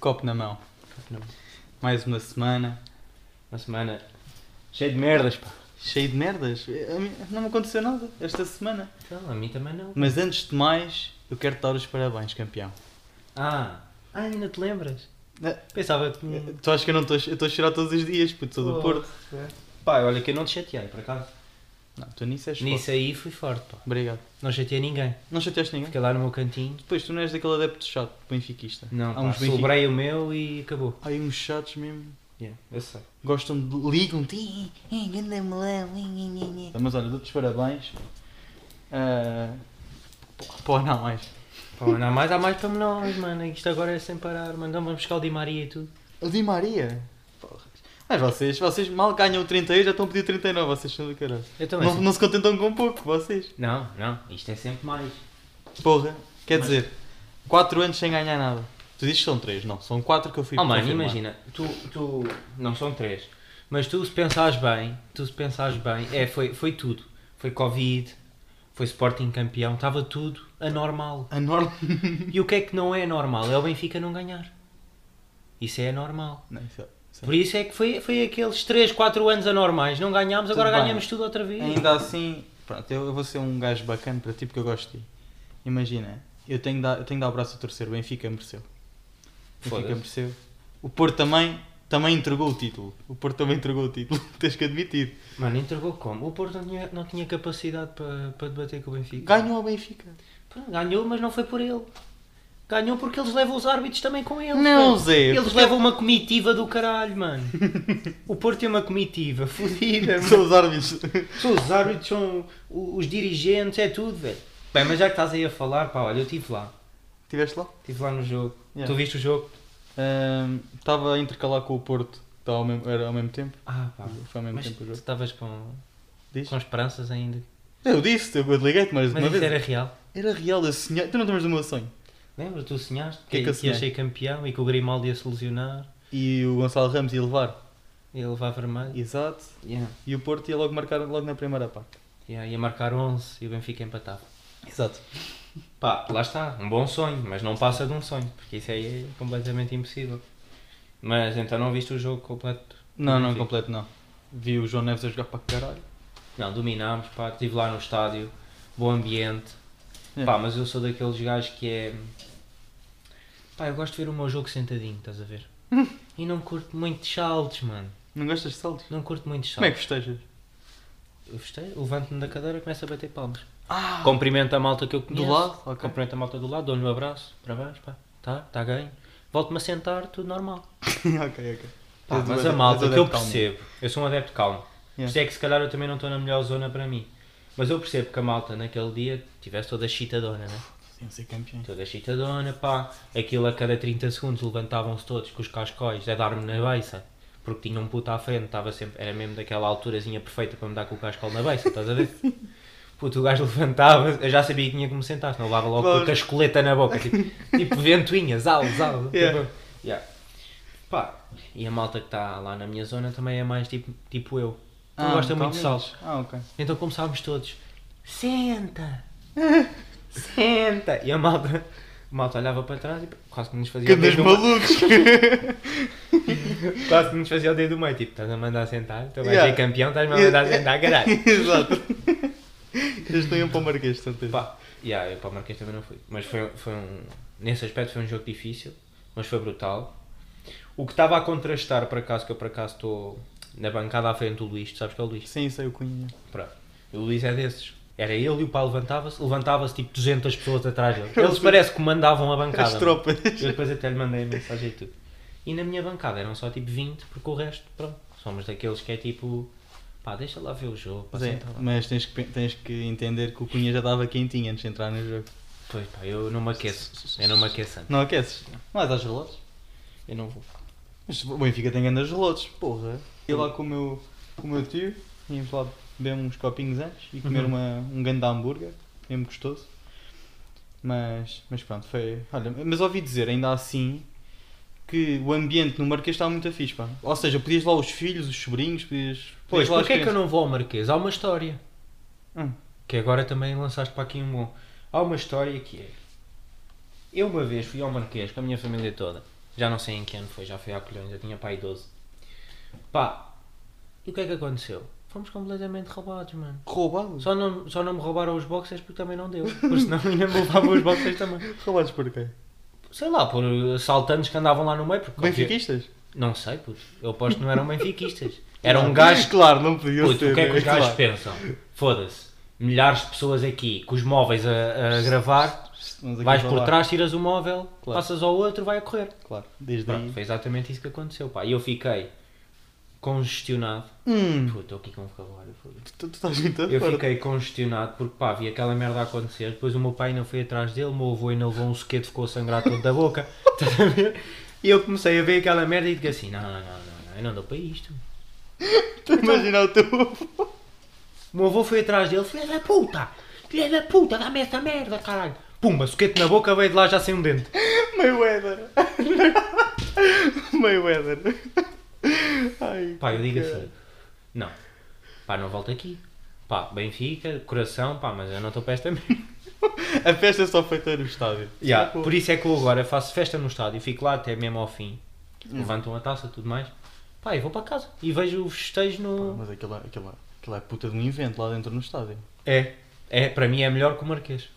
Copo na mão. Mais uma semana. Uma semana cheia de merdas, pá. Cheio de merdas. A mim- Não me aconteceu nada esta semana. Não, Então, a mim também não. Mas antes de mais, eu quero te dar os parabéns, campeão. Ah, ah, ainda te lembras? Ah. Pensava que. Tu achas que eu não estou a- eu estou a chorar todos os dias, puto, sou do Hum. Oh, Porto. é. Pá, olha que eu não te chateei, por acaso. Não, tu nisso és forte. Nisso aí fui forte, pá. Obrigado. Não chateei ninguém. Não chateaste ninguém? Fiquei lá no meu cantinho. Depois, tu não és daquele adepto chato, benfiquista. Não, Há pá, uns benfiquistas. celebrei o meu e acabou. Há aí uns chatos mesmo. Yeah, eu sei. Gostam de. ligam-te. "Ih, ih, ganda melão, ih, ih, ih, ih." Mas olha, dou-te os parabéns. Ah, Pô, não mais. Pá, mas não há mais, há mais para nós, mano. Isto agora é sem parar, mano. Então vamos buscar o Di Maria e tudo. O Di Maria? Porra. Mas vocês, vocês mal ganham 38, um, já estão a pedir 39, vocês são do caralho. Eu também. Não, sei. não se contentam com pouco, vocês. não, não, isto é sempre mais. Porra, quer Mas- dizer, 4 anos sem ganhar nada. Tu dizes que são 3, não, são 4 que eu fui Oh mano, tipo confirmar. imagina, tu, tu. Não são três. Mas tu se pensares bem, tu se pensares bem, é, foi, foi tudo. Foi Covid, foi Sporting campeão, estava tudo anormal. A norma. E o que é que não é normal? É o Benfica não ganhar. Isso é anormal. Não, isso é- isso é- Por isso é que foi, foi aqueles 3, 4 anos anormais. Não ganhámos, agora Tudo bem. ganhamos tudo outra vez. Ainda assim, pronto, eu eu vou ser um gajo bacana para ti porque eu gosto de ti. Imagina, eu tenho de dar, eu tenho de dar o braço a torcer, o Benfica mereceu. O Benfica Foda-se. mereceu. O Porto também, também entregou o título. O Porto também entregou o título, tens que admitir. Mano, entregou como? O Porto não tinha, não tinha capacidade para, para debater com o Benfica. Ganhou ao Benfica. Pá, Ganhou, mas não foi por ele. Ganhou porque eles levam os árbitros também com eles. Não, mano. Zé, Eles porque- levam uma comitiva do caralho, mano. o Porto tem uma comitiva fodida, mano. São os árbitros. São os árbitros, são o- os dirigentes, é tudo, velho. Bem, mas já que estás aí a falar, pá, olha, eu estive lá. Estiveste lá? Estive lá no jogo. Yeah. Tu viste o jogo? Ahm, Estava a intercalar com o Porto, estava ao mesmo, era ao mesmo tempo. Ah, pá. Foi ao mesmo Mas tempo tu o jogo. estavas com, Diz? com esperanças ainda. Eu disse, eu liguei-te mais Mas uma isso vez. era Era... real. real, eu sonhei. Tu não tomas do meu sonho. Lembra? Tu sonhaste Que é que, que eu que, ia sonhei? ser campeão e que o Grimaldi ia se lesionar E o Gonçalo Ramos ia levar. e ia levar vermelho. Exato. Yeah. E o Porto ia logo marcar logo na primeira parte. Yeah, ia marcar 11 e o Benfica empatava. Exato. Pá, lá está, um bom sonho, mas não passa de um sonho, porque isso aí é completamente impossível. Mas então não viste o jogo completo? Não, não, Sim. completo não. Vi o João Neves a jogar para caralho. Não, dominámos, pá, estive lá no estádio, bom ambiente. É. Pá, mas eu sou daqueles gajos que é. Pá, eu gosto de ver o meu jogo sentadinho, estás a ver? e não curto muito saltos, mano. Não gostas de saltos? Não curto muito Como é que saltos. festejas? Eu festei, levanto-me da cadeira e começo a bater palmas. Ah! Cumprimento a malta que eu conheço. lado? Ok. Cumprimento a malta do lado, dou-lhe um abraço, parabéns, pá, tá, tá ganho. Volto-me a sentar, tudo normal. ok, ok. Pá, És o mas adepto- a malta és o que eu é adepto calmo. percebo, eu sou um adepto calmo. Yeah. Por isso é que se calhar eu também não estou na melhor zona para mim. Mas eu percebo que a malta naquele dia tivesse toda chitadona, né? Iam ser campeões. Toda chitadona, pá. Aquilo a cada 30 segundos levantavam-se todos com os cascóis a dar-me na beiça. Porque tinha um puto à frente, estava sempre, era mesmo daquela alturazinha perfeita para me dar com o cascol na beiça, estás a ver? Puto, o gajo levantava, eu já sabia que tinha que me sentar, senão levava logo com Claro. a cascoleta na boca, tipo, tipo ventoinha, zau, zau. Yeah. tipo, yeah. Pá, e a malta que está lá na minha zona também é mais tipo, tipo eu. Não Ah, gosta muito de calminhos. saltos. Ah, ok. Então começámos todos. Senta! Senta! E a malta, a malta olhava para trás e quase que nos fazia o Cadê dedo, os malucos? quase que nos fazia o dedo do meio. Tipo, estás a mandar sentar, tu vais Yeah. ser campeão, estás-me a mandar sentar, caralho. Exato. Eles não iam para o Marquês, de certeza. Pá, yeah, eu para o Marquês também não fui. Mas foi, foi um. Nesse aspecto foi um jogo difícil, mas foi brutal. O que estava a contrastar, por acaso, que eu por acaso estou na bancada à frente do Luís, tu sabes que é o Luís? Sim, isso aí o Cunha. Pronto. E O Luís é desses. Era ele e o pá levantava-se, levantava-se tipo 200 pessoas atrás dele. Eles parece que mandavam a bancada. As mano. tropas. Eu depois até lhe mandei a mensagem e tudo. E na minha bancada eram só tipo 20, porque o resto, pronto, somos daqueles que é tipo, pá, deixa lá ver o jogo, pá, Mas, é, senta lá. mas tens, que, pe- tens que entender que o Cunha já estava quentinho antes de entrar no jogo. Pois pá, eu não me aqueço, eu não me aqueço antes. Não aqueces? Mas às relotes? Eu não vou. Mas o Benfica tem grandes relotes, porra. Eu lá com o meu, com o meu tio, íamos lá beber uns copinhos antes e comer Uhum. uma, um grande hambúrguer, mesmo gostoso. Mas, mas pronto, foi. Olha, mas ouvi dizer, ainda assim, que o ambiente no Marquês estava muito fixe, pá. Ou seja, podias lá os filhos, os sobrinhos, podias. podias Pois, lá as porquê é que eu crianças. não vou ao Marquês? Há uma história. Hum. Que agora também lançaste para aqui um bom. Há uma história que é. Eu uma vez fui ao Marquês com a minha família toda. Já não sei em que ano foi, já foi há colhões, eu tinha pai 12. Pá, e o que é que aconteceu? Fomos completamente roubados, mano. Roubados? Só não, só não me roubaram os boxers porque também não deu. Porque senão ainda me levavam os boxers também. Roubados por quê? Sei lá, por assaltantes que andavam lá no meio. Porque Benfiquistas? Não sei, puto. Eu aposto que não eram benfiquistas. Era um gajo Claro, não podia Puto, ser. o que é que né? os gajos Claro. pensam? Foda-se. Milhares de pessoas aqui com os móveis a, a gravar, Vamos aqui vais para por lá. trás, tiras o móvel, Claro. passas ao outro, vai a correr. Claro, desde Pronto, aí. foi exatamente isso que aconteceu, pá. E eu fiquei congestionado. Hum, Puto, estou aqui com o vocabulário, foda-se. tu, tu estás muito a Eu fora. fiquei congestionado porque pá, vi aquela merda a acontecer. Depois o meu pai ainda foi atrás dele, o meu avô ainda levou um soquete, ficou a sangrar todo da boca. Estás a ver? E eu comecei a ver aquela merda e digo assim: não, não, não, não, eu não dou para isto. Estou a imaginar o teu avô. O meu avô foi atrás dele, filha da puta, filha da puta, dá-me essa merda, caralho. Pumba, soquete na boca, veio de lá já sem um dente. Mayweather. Mayweather. Ai, Pá, eu digo cara. assim, não, pá, não volto aqui. Pá, Benfica, coração, pá, mas eu não estou para esta merda. A festa só foi ter no estádio. Ya, Tipo, assim. Por isso é que eu agora faço festa no estádio, fico lá até mesmo ao fim, levantam a taça e tudo mais. Pá, e vou para casa e vejo o festejo Pá, no... Mas aquela, aquela, aquela é puta de um evento lá dentro no estádio. É, é, para mim é melhor que o Marquês.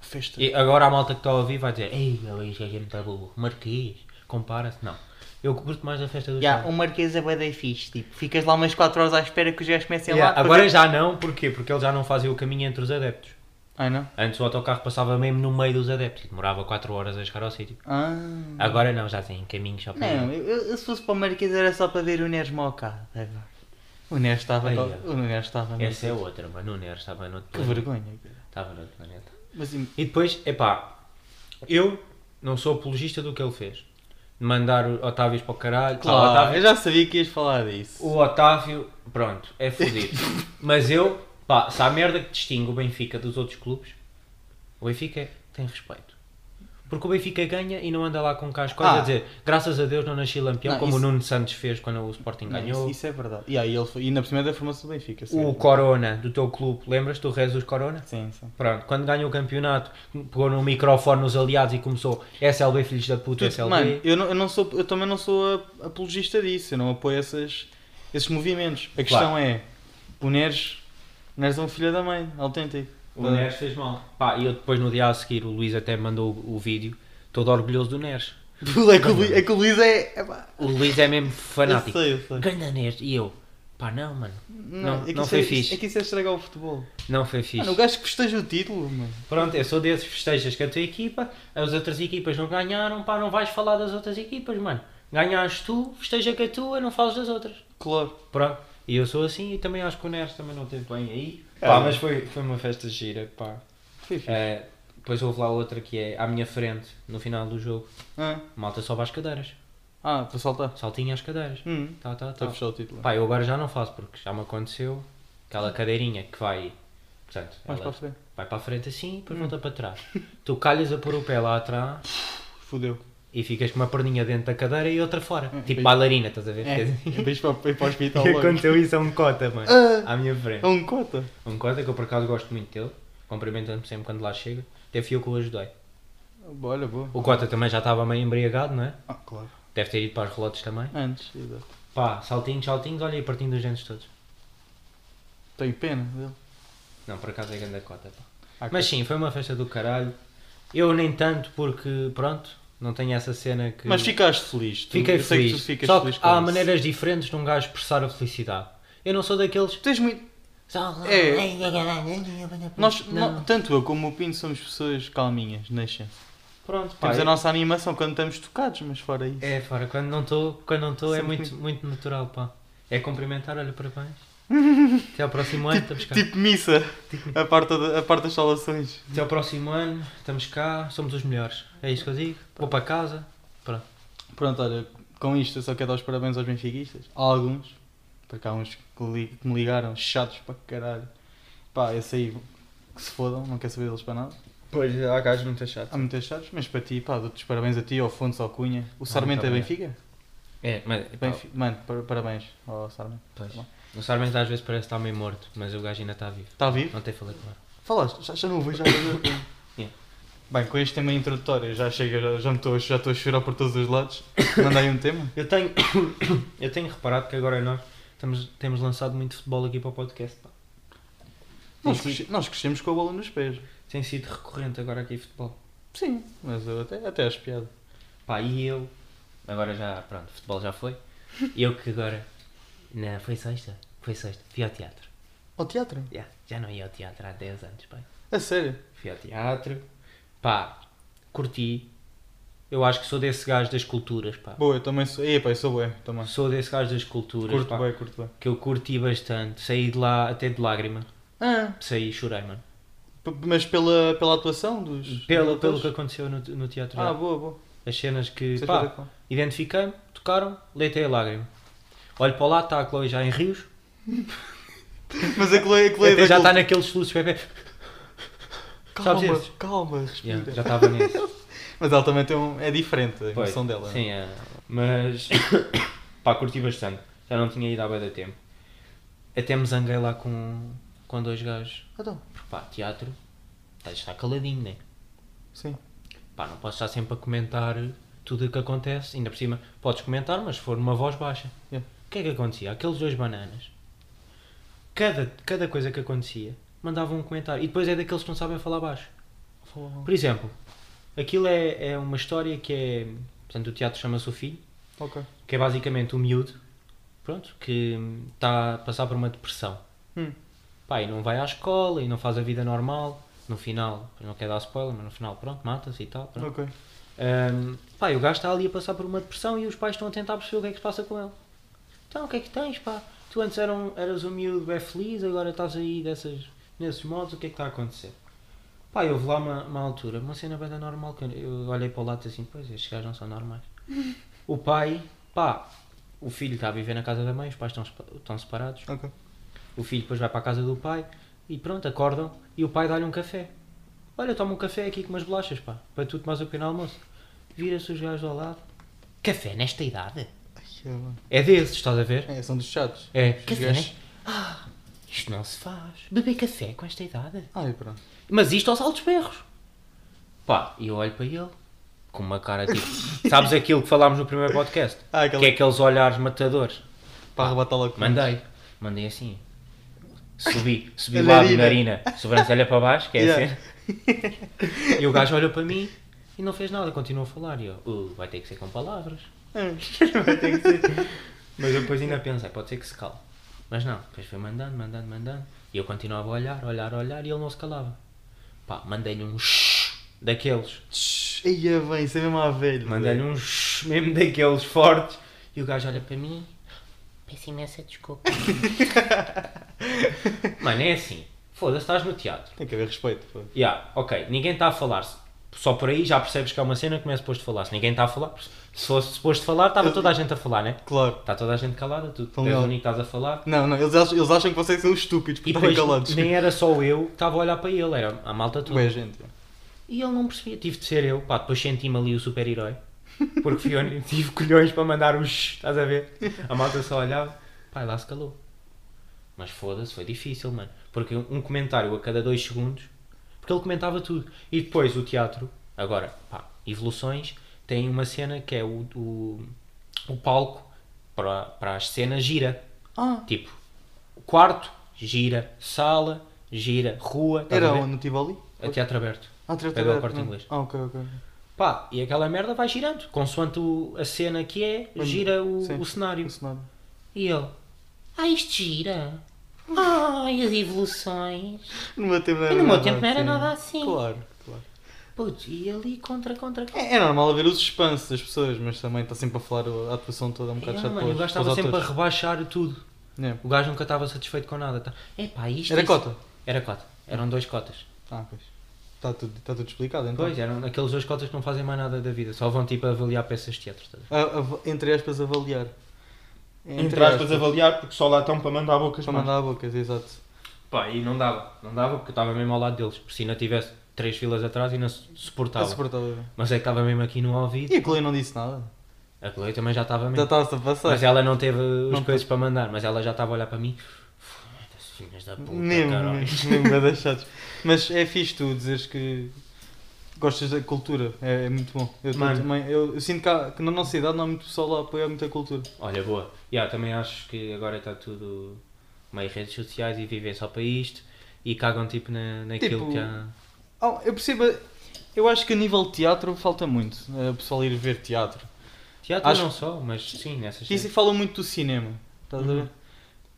Festa. E agora a malta que está a ouvir vai dizer, ei, ele já é muito burro, Marquês, compara-se. Não, eu curto mais a festa do estádio. o Marquês é bué da fixe, tipo, ficas lá umas 4 horas à espera que os gajos comecem Yeah, lá. é. para agora ver- já não, porquê? Porque eles já não fazem o caminho entre os adeptos. Ai não? Antes o autocarro passava mesmo no meio dos adeptos e demorava 4 horas a chegar ao sítio. Ah. Agora não, já têm caminhos só para Não, eu, eu- se fosse para o Marquês era só para ver o Neres Moca. agora. O Neres estava. Ai, co- é. O Neres estava. no- Essa é outra, mano. O Nero estava no outro Que planeta. vergonha. cara. Estava no outro planeta. Mas im- E depois, epá, eu não sou apologista do que ele fez. De mandar o Otávio para o caralho. Ah, o claro, Otávio, eu já sabia que ias falar disso. O Otávio, pronto, é fodido. Mas eu, pá, se há merda que distingue o Benfica dos outros clubes, o Benfica tem respeito. Porque o Benfica ganha e não anda lá com cascóis Ah. a dizer graças a Deus não nasci lampião, Não, como isso- o Nuno Santos fez quando o Sporting Não, ganhou. isso, isso é verdade. E aí ele foi. E na primeira é da formação do Benfica. sim. O Corona do teu clube, lembras? Tu rezas os Corona? Sim, sim. Pronto, quando ganhou o campeonato, pegou no microfone nos aliados e começou SLB filhos da puta, Tudo- SLB. mano, eu, não, eu, não sou, eu também não sou a- apologista disso, eu não apoio essas, esses movimentos. A questão é, o Neres, o Neres é um filho da mãe, autêntico. O Neres fez mal. Pá, e eu depois no dia a seguir, o Luís até mandou o, o vídeo, todo orgulhoso do Neres. É que o Luís- é, que o Luís é... é pá, O Luís é mesmo eu fanático. sei, eu sei. Ganha Neres. E eu, pá, não, mano. Não, é que não isso foi é, fixe. É que isso é estragar o futebol. Não foi fixe. Mano, o gajo que festeja o título, mano. Pronto, eu sou desses festejas que a tua equipa, as outras equipas não ganharam, pá, não vais falar das outras equipas, mano. Ganhaste tu, festeja com a tua, não falas das outras. Claro. Pronto. E eu sou assim e também acho que o Neres também não teve bem aí. É. Pá, mas foi, foi uma festa gira, pá. Foi fixe. Eh, depois houve lá outra que é à minha frente, no final do jogo. Ah, Malta sobe às cadeiras. ah, para saltar. Saltinha às cadeiras. Hum, Tá, tá, está tá. a fechar o título. Pá, eu agora já não faço porque já me aconteceu aquela cadeirinha que vai. Portanto, Mais ela para a frente. Hum. vai para a frente assim e depois volta para trás. Tu calhas a pôr o pé lá atrás Fudeu. e ficas com uma perninha dentro da cadeira e outra fora. É, tipo bem- bailarina, estás a ver? É, beijo para, para o hospital E logo. aconteceu isso a um cota, mano. Ah, À minha é frente. um cota. Um cota que eu por acaso gosto muito dele. Cumprimento-me sempre quando lá chega. Até fui eu que o ajudei. Olha, Ah, boa. O cota também já estava meio embriagado, não é? Ah, claro. Deve ter ido para os relotes também. Antes, exato. Pá, saltinhos, saltinhos, olha aí partindo dos dentes todos. Tenho pena dele. Não, por acaso é grande a cota, pá. Ah, Mas sim, foi uma festa do caralho. Eu nem tanto porque, pronto, não tenho essa cena que... Mas ficaste feliz. Tu- Fiquei eu sei feliz. Que tu ficas Só feliz que com há isso. maneiras diferentes de um gajo expressar a felicidade. Eu não sou daqueles... Tens muito. É. Nós, nó- tanto eu como o Pino somos pessoas calminhas, nascem. Pronto, pá. Temos a eu- nossa animação quando estamos tocados, mas fora isso. É, fora, quando não estou, quando não estou é Sim. muito, muito natural, pá. É cumprimentar, olha, parabéns. Até ao próximo ano, estamos cá. Tipo missa, a parte, da- a parte das salações. Até ao próximo ano, estamos cá, somos os melhores. É isso que eu digo. Vou para casa. Pronto. Pronto, olha, com isto eu só quero dar os parabéns aos benfiquistas. Há alguns, porque há uns que, li- que me ligaram, chatos para caralho. Pá, esse aí que se fodam, não quer saber deles para nada. Pois, há gajos muito chato. Há muitos chatos, mas para ti, pá, dou-te os parabéns a ti, ao Fontes, ao Cunha. O Sarmento é Ah, muito Benfica? É, mas... Benfi- Mano, par- parabéns ao Sarmento. Pois. O Sarmento às vezes parece estar meio morto, mas o gajo ainda está vivo. Está vivo? Não tem falado com ele. Falaste, já, já não o vejo há dois anos. Bem, com este tema introdutório já chega, já me estou a- já estou a chorar por todos os lados. Manda aí um tema. Eu tenho, eu tenho reparado que agora nós estamos, temos lançado muito futebol aqui para o podcast. pá. Tem, Nós, sido, cresce- nós crescemos com a bola nos pés. tem sido recorrente agora aqui futebol. Sim. Mas eu até, até acho piada. Pá, e eu. Agora já, pronto, futebol já foi. Eu que agora. Não, foi sexta. Foi sexta. Fui ao teatro. Ao teatro? Já, já não ia ao teatro há 10 anos, pai. A sério? Fui ao teatro. Pá, curti. Eu acho que sou desse gajo das culturas, pá. Boa, eu também sou. Epá, eu sou bué, também. Sou desse gajo das culturas, Curto pá. bué, curto bué. Que eu curti bastante. Saí de lá até de lágrima. Ah, Saí e chorei, mano. p- mas pela, pela atuação dos. Pelo, dos pelo atores? que aconteceu no, no teatro. Ah, já. boa, boa. As cenas que, Sei pá, toda qual. identifiquei-me, tocaram, leitei a lágrima. Olho para lá, está a Chloe já em rios. Mas a Chloe, a Chloe Até é já daquele- está naqueles soluços, bebê. Calma, sabes esses? calma, respira. Yeah, já estava nesse. Mas ela também tem um. É diferente a Pois, emoção dela. né? Sim, é. Mas. pá, curti bastante. Já não tinha ido há bem tempo. Até me zanguei lá com, com dois gajos. Então, Porque pá, teatro. Tens de estar caladinho, né? sim. Pá, não posso estar sempre a comentar tudo o que acontece. Ainda por cima, podes comentar, mas se for numa voz baixa. Yeah. O que é que acontecia? Aqueles dois bananas. Cada, cada coisa que acontecia, mandavam um comentário. E depois é daqueles que não sabem falar baixo. Por exemplo, aquilo é, é uma história que é. Portanto, o teatro chama-se O Filho, Ok. que é basicamente um miúdo, pronto, que está a passar por uma depressão. Hum. Pá, e não vai à escola e não faz a vida normal. No final, pois não quer dar spoiler, mas no final, pronto, mata-se e tal. Pronto. Ok. Ahm, pá, e o gajo está ali a passar por uma depressão e os pais estão a tentar perceber o que é que se passa com ele. Então, o que é que tens, pá? Tu antes era um- eras um miúdo bem feliz, agora estás aí dessas, nesses modos, o que é que está a acontecer? Pá, eu vou lá uma, uma altura, uma cena bem da normal, que eu- eu olhei para o lado e disse assim, pois, estes gajos não são normais. o pai, pá, o filho está a viver na casa da mãe, os pais estão, sepa- estão separados, Ok. o filho depois vai para a casa do pai e pronto, acordam e o pai dá-lhe um café. Olha, toma um café aqui com umas bolachas, pá, para tu tomares o pequeno almoço. Vira-se os gajos ao lado. Café nesta idade? Ai, é bom. É desses, estás a ver? É, são dos chatos. É. Os Café, gajos- né? Ah, isto não se faz. Beber café com esta idade? Ai, pronto. Mas isto aos altos berros. Pá, e eu olho para ele com uma cara tipo... Sabes aquilo que falámos no primeiro podcast? Ah, aquela- Que é aqueles olhares matadores. Para arrebatar logo. com Ah, Mandei. Mandei assim. Subi, subi A lá a narina. narina, sobrancelha para baixo, que é Yeah. assim. E o gajo olhou para mim e não fez nada, continuou a falar. E eu, "Uh, vai ter que ser com palavras. isso. Mas eu depois ainda pensei, pode ser que se cale. Mas não, depois foi mandando, mandando, mandando. E eu continuava a olhar, olhar, olhar e ele não se calava. Pá, mandei-lhe um shhh daqueles. Tch, Ia bem, isso é mesmo à velha. Mandei-lhe um shhh mesmo daqueles fortes. E o gajo olha para mim, Peço imensa desculpa. mano, é assim. Foda-se, estás no teatro. Tem que haver respeito. pô. Ya, ok, ninguém está a falar. Só por aí já percebes que é uma cena que não é suposto falar. Se ninguém está a falar, se fosse suposto falar, estava toda a gente a falar, né? Claro. Está toda a gente calada, tu Estão és o lá. único que estás a falar. Não, não, eles acham, eles acham que vocês são os estúpidos porque E estão depois calados. nem era só eu que estava a olhar para ele, era a malta toda. Ué, gente. E ele não percebia, tive de ser eu, pá, depois senti-me ali o super-herói. Porque fui, eu- tive colhões para mandar os estás a ver? A malta só olhava, pá, e lá se calou. Mas foda-se, foi difícil, mano. Porque um comentário a cada dois segundos, porque ele comentava tudo. E depois o teatro, agora, pá, evoluções, tem uma cena que é o, o, o palco para, para as cenas gira. Ah, Tipo, quarto, gira, sala, gira, rua, estás era a ver? onde? No Tivoli? A teatro aberto. Ah, teatro Pegou o aberto, corte não. inglês. Ah, ok, ok. Pá, e aquela merda vai girando. Consoante o- a cena que é, gira o, Sim. o cenário. O cenário. E ele, Ah, isto gira. Ai, as evoluções. No meu tempo não era E no meu nada tempo não era assim. nada assim. Claro, claro. Putz, e ali contra, contra, contra. É, é normal haver os espansos das pessoas, mas também está sempre a falar o- a atuação toda um bocado "Ah, chato mano, o para gajo os, para os estava sempre a atores. rebaixar tudo. É. O gajo nunca estava satisfeito com nada. tá? Epá, isto. Era isto- cota? Era cota. Eram dois cotas. Ah, pois. Está tudo, está tudo explicado então. Pois, eram aqueles dois cotas que não fazem mais nada da vida. Só vão tipo avaliar peças de teatro. tá? A- av- entre aspas, avaliar. avaliar, porque só lá estão para mandar bocas Para mandar a bocas, exato. Pá, e não dava. Não dava porque eu estava mesmo ao lado deles. Por se não tivesse três filas atrás, ainda su- É suportava. suportável. Mas é que estava mesmo aqui no ouvido. E a Chloe não disse nada. A Chloe também já estava Já mesmo. estava-se a passar. Mas é ela não teve as Não coisas para mandar, mas ela já estava a olhar para mim. "Foda-se, Filhas da puta, Mesmo, caralho." mesmo, mesmo, bué da chatos. Mas é fixe tu dizeres que Gostas da cultura, é, é muito bom. Eu, tô Mano. também, eu, eu sinto que, há- que na nossa idade não há muito pessoal a apoiar muita cultura. Olha, boa. Yeah, também acho que agora está tudo meio redes sociais e vivem só para isto e cagam tipo na, naquilo Tipo, que há. Ah, eu percebo, eu acho que a nível de teatro falta muito eh, o pessoal ir ver teatro. Teatro acho- não só, mas sim, Uhum. nessas Dizem, falam muito do cinema. Estás a ver?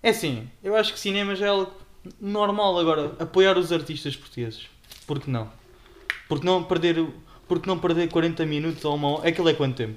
É assim, eu acho que cinema já é algo normal agora. Apoiar os artistas portugueses. Porque não? Porque não perder, o- porque não perder 40 minutos ou uma hora? Aquilo é quanto tempo?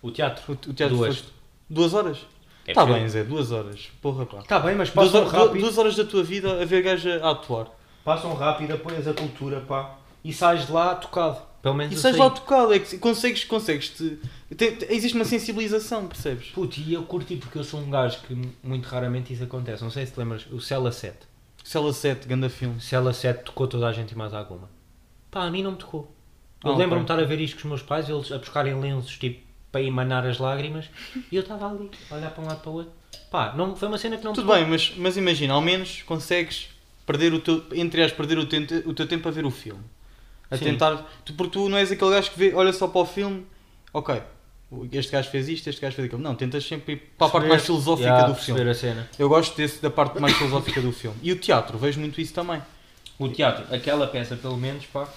O teatro. O, o teatro Duas. foste- Duas horas? É um Está possível. bem, Zé, duas horas. Porra, pá. Está bem, mas Duas, passam horas- du- rápido. duas horas da tua vida a ver gaja a atuar. Passam rápido, apoias a cultura, pá. E sais de lá tocado. Pelo menos E eu sais saí. lá tocado, é que se- consegues, consegues te. te- te- existe uma sensibilização, percebes? Puto, e eu curti porque eu sou um gajo que mu- muito raramente isso acontece. Não sei se te lembras, o Cela 7. Cela 7, ganda filme. O Cela 7 tocou toda a gente e mais alguma. Pá, a mim não me tocou. Ah, Eu ok. lembro-me de estar a ver isto com os meus pais, eles a buscarem lenços tipo para emanar as lágrimas e eu estava ali, a olhar para um lado para o outro. Pá, não, foi uma cena que não me Tudo tocou. bem, mas, mas imagina, ao menos consegues perder o teu, entre as perder o teu, o teu tempo a ver o filme. A Sim. tentar. Tu, porque tu não és aquele gajo que vê, olha só para o filme, ok, este gajo fez isto, este gajo fez aquilo. Não, tentas sempre ir para a parte mais Perceber- filosófica Ya, do filme. perceber a cena. Eu gosto desse, da parte mais filosófica do filme. E o teatro, vejo muito isso também. O teatro, aquela peça pelo menos, pá,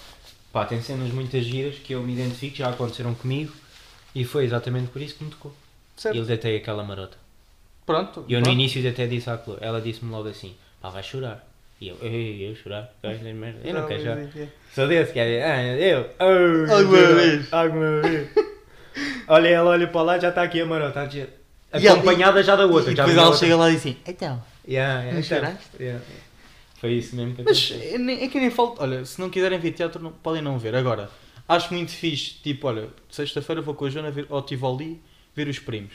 pá, tem cenas muitas giras que eu me identifico, já aconteceram comigo e foi exatamente por isso que me tocou. E eu Certo? deitei aquela marota. Pronto. E eu no pronto. início até disse à Clô, ela disse-me logo assim, pá, vais chorar. E eu, ei, eu chorar, Vais nem merda, eu não quero chorar. Sou desse, quer dizer, ah, eu, oh, Alguma eu- vez. alguma vez. olha ela, olha para lá, já está aqui a marota, a dizer, E ela- acompanhada já da outra. e já depois vinha ela outra. chega lá e diz assim, então, Yeah, yeah, Não então, choraste? yeah. Foi isso mesmo que Mas aconteceu. é nem- é que nem falta. Olha, se não quiserem ver teatro, não- podem não ver. Agora, acho muito fixe. Tipo, olha, sexta-feira vou com a Joana ver, ao Tivoli ver os primos.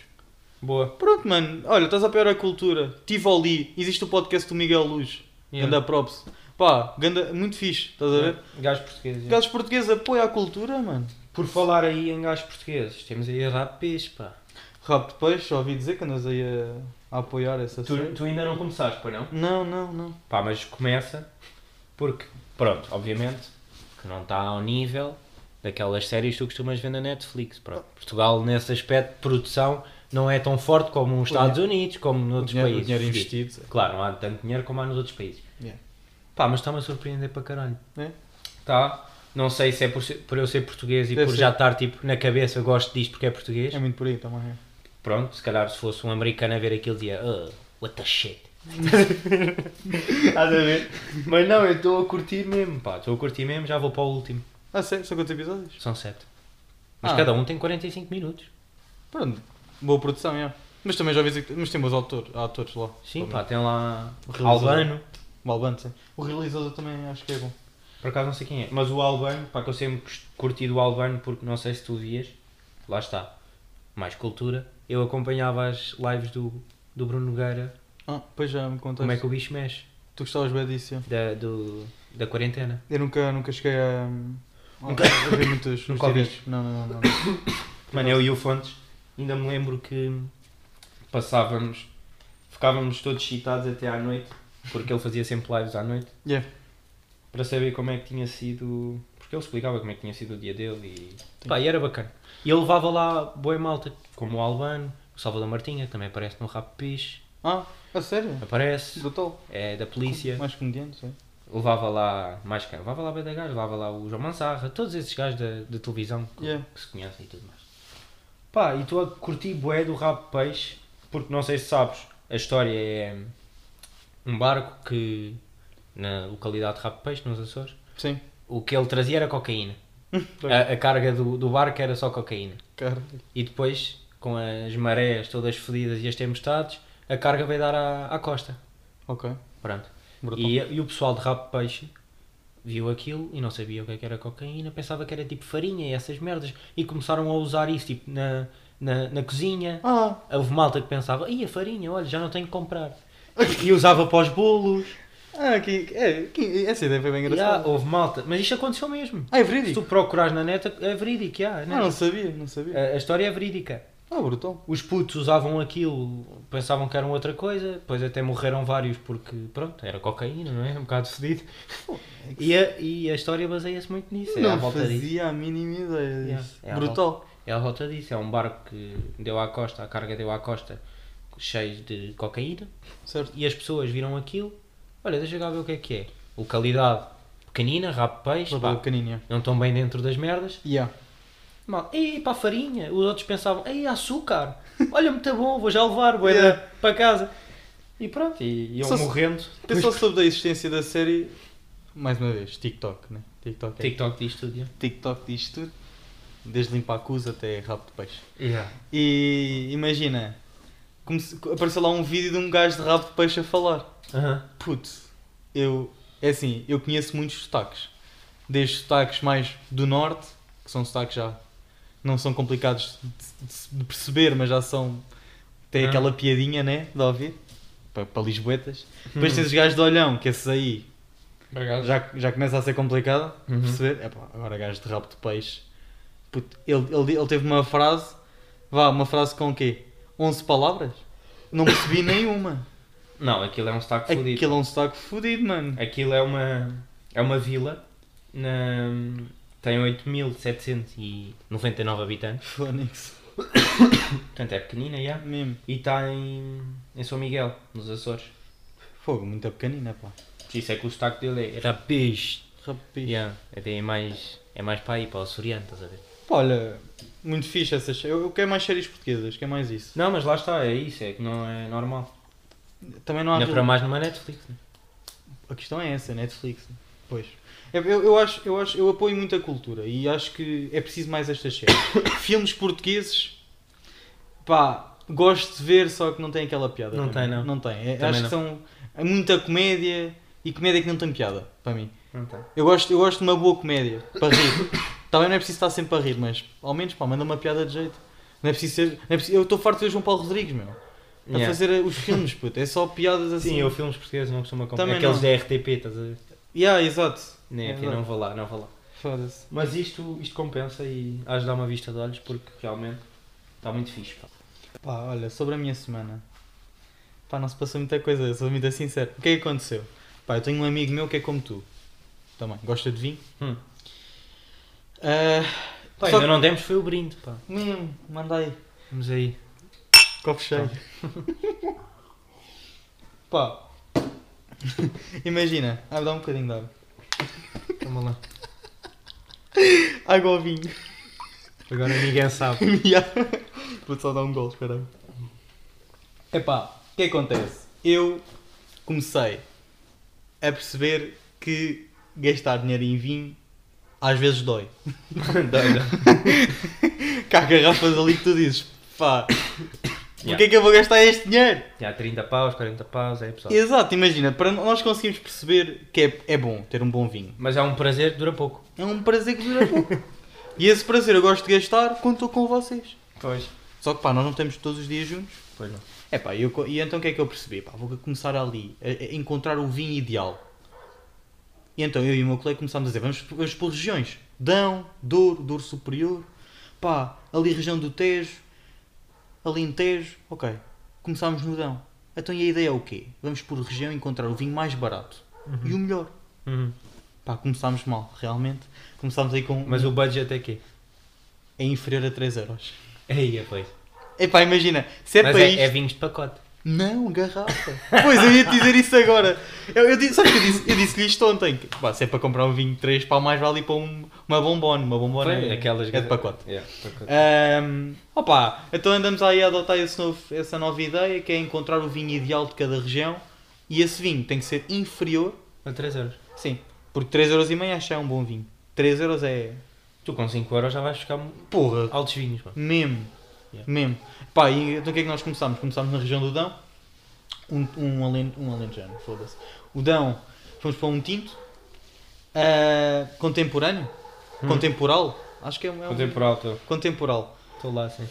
Boa. Pronto, mano. Olha, estás a apoiar a cultura. Tivoli. Existe o podcast do Miguel Luz. Yeah. Ganda props. Pá, ganda, muito fixe. Estás a ver? Gajos portugueses. yeah. Gajos portugueses apoiam a cultura, mano. Por falar aí em gajos portugueses, temos aí a rapês, pá. Rap de peixe, ouvi dizer que andas aí a, a apoiar essa Tu, série. tu ainda não começaste, pois não? Não, não, não. Pá, mas começa porque, pronto, obviamente que não está ao nível daquelas séries que tu costumas ver na Netflix. Pronto. Portugal, nesse aspecto de produção, não é tão forte como os Estados Unidos, como O noutros dinheiro, o países. dinheiro investido. Claro, não há tanto dinheiro como há nos outros países. Yeah. Pá, mas está-me a surpreender para caralho. É? Tá? Não sei se é por, ser- por eu ser português e Deve por ser. já estar tipo na cabeça, gosto disto porque é português. É muito por aí também. é. Pronto, se calhar se fosse um americano a ver aquilo dia, "Ah, what the shit. Estás a ver? Mas não, eu estou a curtir mesmo, pá, estou a curtir mesmo, já vou para o último. Ah, sério? São quantos episódios? São sete. Mas Ah. cada um tem 45 minutos. Pronto. Boa produção, é. Mas também já ouvi dizer que mas tem bons autores, há atores lá. Sim, pá, tem lá O o realizador. Albano, O Albano, sim. O realizador também acho que é bom. por acaso não sei quem é, mas o Albano, pá, que eu sempre cust- curti do Albano porque não sei se tu vias, lá está, mais cultura. Eu acompanhava as lives do, do Bruno Nogueira, Ah, pois já me contaste. como é que o bicho mexe, Tu gostavas bem disso, é. da, do, da quarentena. Eu nunca, nunca cheguei a. hum, Nunca a ver muitos. Nunca muitos ouviste? direitos. Não, não, não. não. Mano, eu e o Fontes, ainda me lembro que passávamos, ficávamos todos excitados até à noite, porque ele fazia sempre lives à noite, Yeah. para saber como é que tinha sido, porque ele explicava como é que tinha sido o dia dele e... Pá, e era bacana. E ele levava lá boa malta, como o Albano, o Salvador Martinha, que também aparece no Rap Piche, Ah, a sério? aparece, Brutal. é da polícia, Mais comediante, sim. levava lá mais quem? Levava lá Beda Gajo, levava lá o João Mansarra, todos esses gajos da, da televisão que- Yeah. que se conhecem e tudo mais. Pá, e tu a curti bué do rabo de peixe, porque não sei se sabes, a história é um barco que, na localidade de rabo de peixe, nos Açores, Sim. o que ele trazia era cocaína. Bem, A, a carga do, do barco era só cocaína. Cara. E depois, com as marés todas fedidas e as tempestades, a carga veio dar à, à costa. Ok. Pronto. Brutal. E, e o pessoal de rabo de peixe viu aquilo e não sabia o que, é que era cocaína, pensava que era tipo farinha e essas merdas, e começaram a usar isso tipo na, na, na cozinha. Ah, Houve malta que pensava, e a farinha, olha, já não tenho que comprar. E usava para os bolos. ah que, é, que- essa ideia foi bem Yeah, engraçada. houve malta. Mas isto aconteceu mesmo. Ah, é Se tu verídico? procurares na neta, é verídico, yeah, é Ah, não neta. sabia, não sabia. a, a história é verídica. Ah, brutal. Os putos usavam aquilo, pensavam que eram outra coisa, depois até morreram vários porque, pronto, era cocaína, não é? Um bocado fedido. E a, e a história baseia-se muito nisso. É à não volta disso. fazia a mínima ideia Yeah. disso. É à brutal. É à volta disso. É um barco que deu à costa, a carga deu à costa, cheio de cocaína. Certo. E as pessoas viram aquilo. Olha, deixa eu cá ver o que é que é. Localidade pequenina, rabo de peixe, Brutal, pá, pequenininha. não estão bem dentro das merdas. Yeah. Mal. E para a farinha. Os outros pensavam, ei, açúcar. Olha, muito bom, vou já levar, vou Yeah. dar para casa. E pronto, e iam Só se- morrendo. Pensou sobre a existência da série, mais uma vez, TikTok, né? TikTok, é- TikTok diz tudo. yeah. TikTok diz tudo, desde limpar cus até rabo de peixe. Yeah. E imagina, comece- apareceu lá um vídeo de um gajo de rabo de peixe a falar. Aham. Putz, eu. É assim, eu conheço muitos sotaques. Desde sotaques mais do norte, que são sotaques já. não são complicados de, de- de perceber, mas já são. tem Ah. aquela piadinha, né? De ouvir. Para, para Lisboetas. Depois Hum. tens os gajos de olhão, que esses aí já, já começa a ser complicado Uhum. perceber. Epá, agora gajo de rabo de peixe. Puto, ele, ele, ele teve uma frase, vá, uma frase com o quê? 11 palavras? Não percebi nenhuma. Não, aquilo é um sotaque fodido. Aquilo é um sotaque fodido, mano. Aquilo é uma, é uma vila, na, tem 8.799 habitantes, Fónix. portanto é pequenina, já. Mesmo. E está em, em São Miguel, nos Açores. Fogo, muito pequenina, pá. Por Isso é que o sotaque dele é rapaz. Rapaz. Yeah, até é mais, é mais para aí, para o Soriano, estás a ver? Pá, olha, muito fixe essas. Eu, eu quero mais séries portuguesas, quero mais isso. Não, mas lá está, é isso, é que não é normal. Também não há. Ainda para mais numa Netflix. né? A questão é essa, Netflix. Pois. Eu, eu, eu acho, eu acho, eu apoio muito a cultura e acho que é preciso mais estas séries. Filmes portugueses, pá, gosto de ver, só que não tem aquela piada. Não para tem, mim. não. Não tem. É- Também acho não. que são é muita comédia e comédia que não tem piada, para mim. Não tem. Eu gosto, eu gosto de uma boa comédia, para rir. Também não é preciso estar sempre a rir, mas ao menos, pá, manda uma piada de jeito. Não é preciso ser. não é preciso- eu estou farto de ver João Paulo Rodrigues, meu. A Yeah. fazer os filmes, puto. É só piadas assim. Sim, eu filmes portugueses não costumo acompanhar. Também Aqueles não. da RTP, estás a ver? Yeah, exato. Nem aqui, Exato. não vou lá, não vou lá. Foda-se. Mas isto, isto compensa e hás de dar uma vista de olhos porque realmente está muito fixe. pá. Pá, olha, sobre a minha semana. Pá, não se passou muita coisa, eu sou muito sincero. O que é que aconteceu? Pá, eu tenho um amigo meu que é como tu. Também, gosta de vinho. Hum. Ah, Pá, só ainda não demos foi o brinde, pá. que- Mesmo, manda aí. Vamos aí. Copo cheio. Pá. Imagina, ah, dá um bocadinho de água. Toma lá. Água ao vinho. Agora ninguém sabe. Yeah. Vou só dar um gol, caramba. Epá, o que acontece? Eu comecei a perceber que gastar dinheiro em vinho às vezes dói. Doida. Que há garrafas ali que tu dizes, pá, Yeah. porque é que eu vou gastar este dinheiro? Já há 30 paus, 40 paus, é pessoal. Exato, imagina, para nós conseguimos perceber que é, é bom ter um bom vinho. Mas é um prazer que dura pouco. É um prazer que dura pouco. e esse prazer eu gosto de gastar quando estou com vocês. Pois. Só que pá, nós não estamos todos os dias juntos. Pois não. É pá, eu co- e então o que é que eu percebi? Pá, vou começar ali a, a encontrar o vinho ideal. E então eu e o meu colega começámos a dizer: vamos, vamos por regiões. Dão, Douro, Douro Superior, pá, ali região do Tejo, Alentejo. Ok, começámos no Dão. Então e a ideia é o quê? Vamos por região encontrar o vinho mais barato e o melhor. Uhum. Pá, começámos mal, realmente. Começámos aí com. um Mas o budget é quê? É inferior a 3€. euros. Aí, é pois. Epá, imagina, se é Mas para é, isto. é vinhos de pacote. Não, garrafa. Pois, eu ia te dizer isso agora. Eu, eu, disse- sabe que eu disse- eu disse-lhe isto ontem. Que, pá, se é para comprar um vinho de 3 pau, mais vale ir para um- uma bombona. Uma bombona é, aquelas é de pacote. Yeah, pacote. Ahm, opa, então andamos aí a adotar esse novo- essa nova ideia, que é encontrar o vinho ideal de cada região. E esse vinho tem que ser inferior. A 3 euros. Sim, porque 3,5€ acho que é um bom vinho. 3€ é... Tu com 5 euros já vais buscar Porra, altos vinhos, mano. Mesmo. Yeah. Mesmo. Pá, e então o que é que nós começámos? Começámos na região do Dão. Um, um, alen, um alentejano, foda-se. O Dão, fomos para um tinto. ah, contemporâneo. Hum. Contemporal. Acho que é um... É um Vou por alto. Contemporal. Estou lá, assim.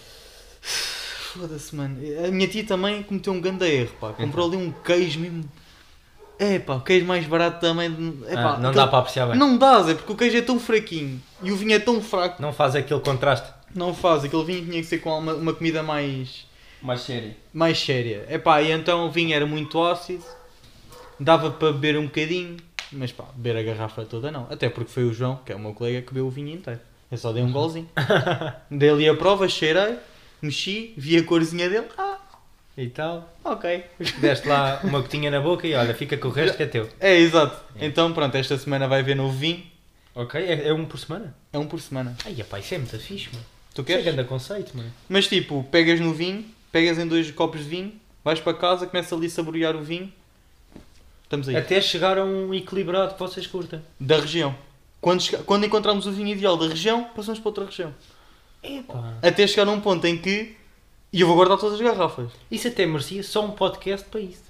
Foda-se, mano. A minha tia também cometeu um grande erro, pá. Então. Comprou ali um queijo mesmo. É pá, o queijo mais barato também. É, pá, Ah, não aquele- dá para apreciar bem. Não dá, Zé, porque o queijo é tão fraquinho e o vinho é tão fraco. Não faz aquele contraste. Não faz, aquele vinho tinha que ser com uma, uma comida mais, Mais sério. mais séria. Epá, e então o vinho era muito ácido, dava para beber um bocadinho, mas pá, beber a garrafa toda não. Até porque foi o João, que é o meu colega, que bebeu o vinho inteiro. Eu só dei um golzinho. dei ali a prova, cheirei, mexi, vi a corzinha dele, ah, E tal. ok. Deste lá uma gotinha na boca e olha, fica com o resto que é teu. É, exato. Então pronto, esta semana vai haver novo vinho, Ok? É, é um por semana? é um por semana. Ai, epá, isso é muito fixe, mano. Tu Isso é queres? grande conceito, mano. Mas tipo, pegas no vinho, pegas em dois copos de vinho, vais para casa, começa ali a saborear o vinho. Estamos aí. Até chegar a um equilibrado que vocês curtam. Da região. Quando, chega- quando encontramos o vinho ideal da região, passamos para outra região. Epá. Até chegar a um ponto em que. E eu vou guardar todas as garrafas. Isso até merecia só um podcast para isso.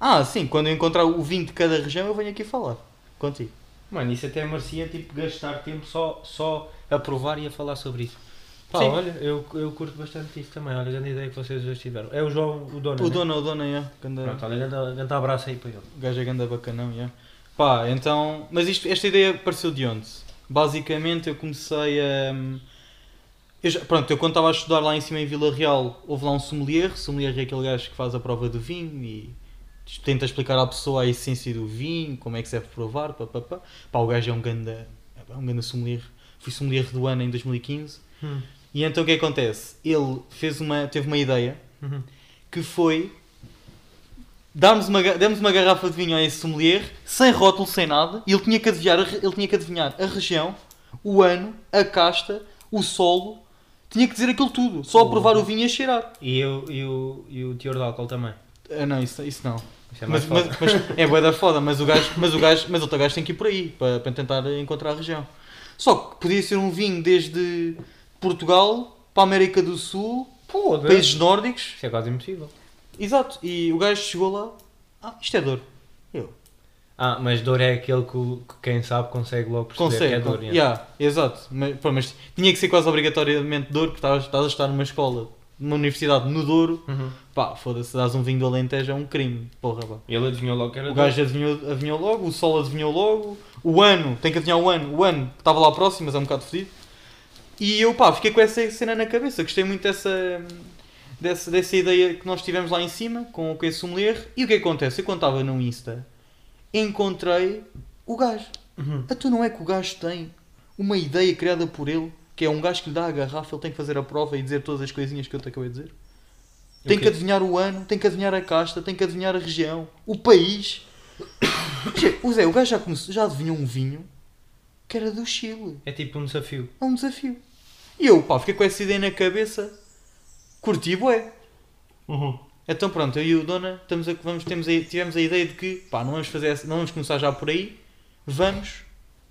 Ah, sim, quando eu encontrar o vinho de cada região, eu venho aqui falar. Contigo. Mano, isso até merecia tipo gastar tempo só, só a provar e a falar sobre isso. Pá, Sim. olha, eu, eu curto bastante isso também. Olha, grande ideia que vocês hoje tiveram. É o João, o dono. O né? dono, o dono, é. Ganda, Pronto, olha, grande, grande abraço aí para ele. o gajo é ganda bacanão, é. Pá, então. Mas isto, esta ideia apareceu de onde? Basicamente, eu comecei a. hum, eu já- pronto, eu quando estava a estudar lá em cima em Vila Real, houve lá um sommelier. Sommelier é aquele gajo que faz a prova do vinho e tenta explicar à pessoa a essência do vinho, como é que se deve provar, pá, pá, pá. Pá, o gajo é um grande, é um grande sommelier. Fui sommelier do ano em 2015. Hum. E então o que acontece? Ele fez uma, teve uma ideia Uhum. que foi darmos uma, ga- demos uma garrafa de vinho a esse sommelier, sem rótulo, sem nada, e ele tinha que adivinhar, a re- ele tinha que adivinhar a região, o ano, a casta, o solo, tinha que dizer aquilo tudo, só a provar o vinho e a cheirar. E, eu, e, o, e o teor de álcool também. Ah, não, isso, isso não. Isso é mais mas, foda. mas, mas é bué da foda, mas o gajo, mas o gajo, mas outro gajo tem que ir por aí para, para tentar encontrar a região. Só que podia ser um vinho desde Portugal para a América do Sul, Pô, países nórdicos. Isso é quase impossível. Exato, e o gajo chegou lá, ah, isto é dor. Eu, Ah, mas dor é aquele que, o- que quem sabe consegue logo perceber que consegue. é dor. con- yeah. yeah, exato, mas, pô, mas tinha que ser quase obrigatoriamente dor, porque estás, estás a estar numa escola, numa universidade no Douro, Uhum. pá, foda-se, dás um vinho do Alentejo é um crime, porra, pá. Ele adivinhou logo que era O gajo adivinhou, adivinhou logo, o Sol adivinhou logo, o ano, tem que adivinhar o ano, o ano que estava lá próximo, mas é um bocado fodido. E eu, pá, fiquei com essa cena na cabeça, gostei muito dessa, dessa, dessa ideia que nós tivemos lá em cima, com, com esse sommelier. E o que acontece? Eu contava no Insta, encontrei o gajo. Uhum. Ah, tu não é que o gajo tem uma ideia criada por ele, que é um gajo que lhe dá a garrafa, ele tem que fazer a prova e dizer todas as coisinhas que eu te acabei de dizer? Tem que Ok. adivinhar o ano, tem que adivinhar a casta, tem que adivinhar a região, o país. Che, o Zé, o gajo já, começou, já adivinhou um vinho que era do Chile. É tipo um desafio. É um desafio. E eu, pá, fiquei com essa ideia na cabeça. Curti, bué. é Então pronto, eu e o Dona estamos a, vamos, temos a, tivemos a ideia de que pá, não vamos, fazer, essa- não vamos começar já por aí, vamos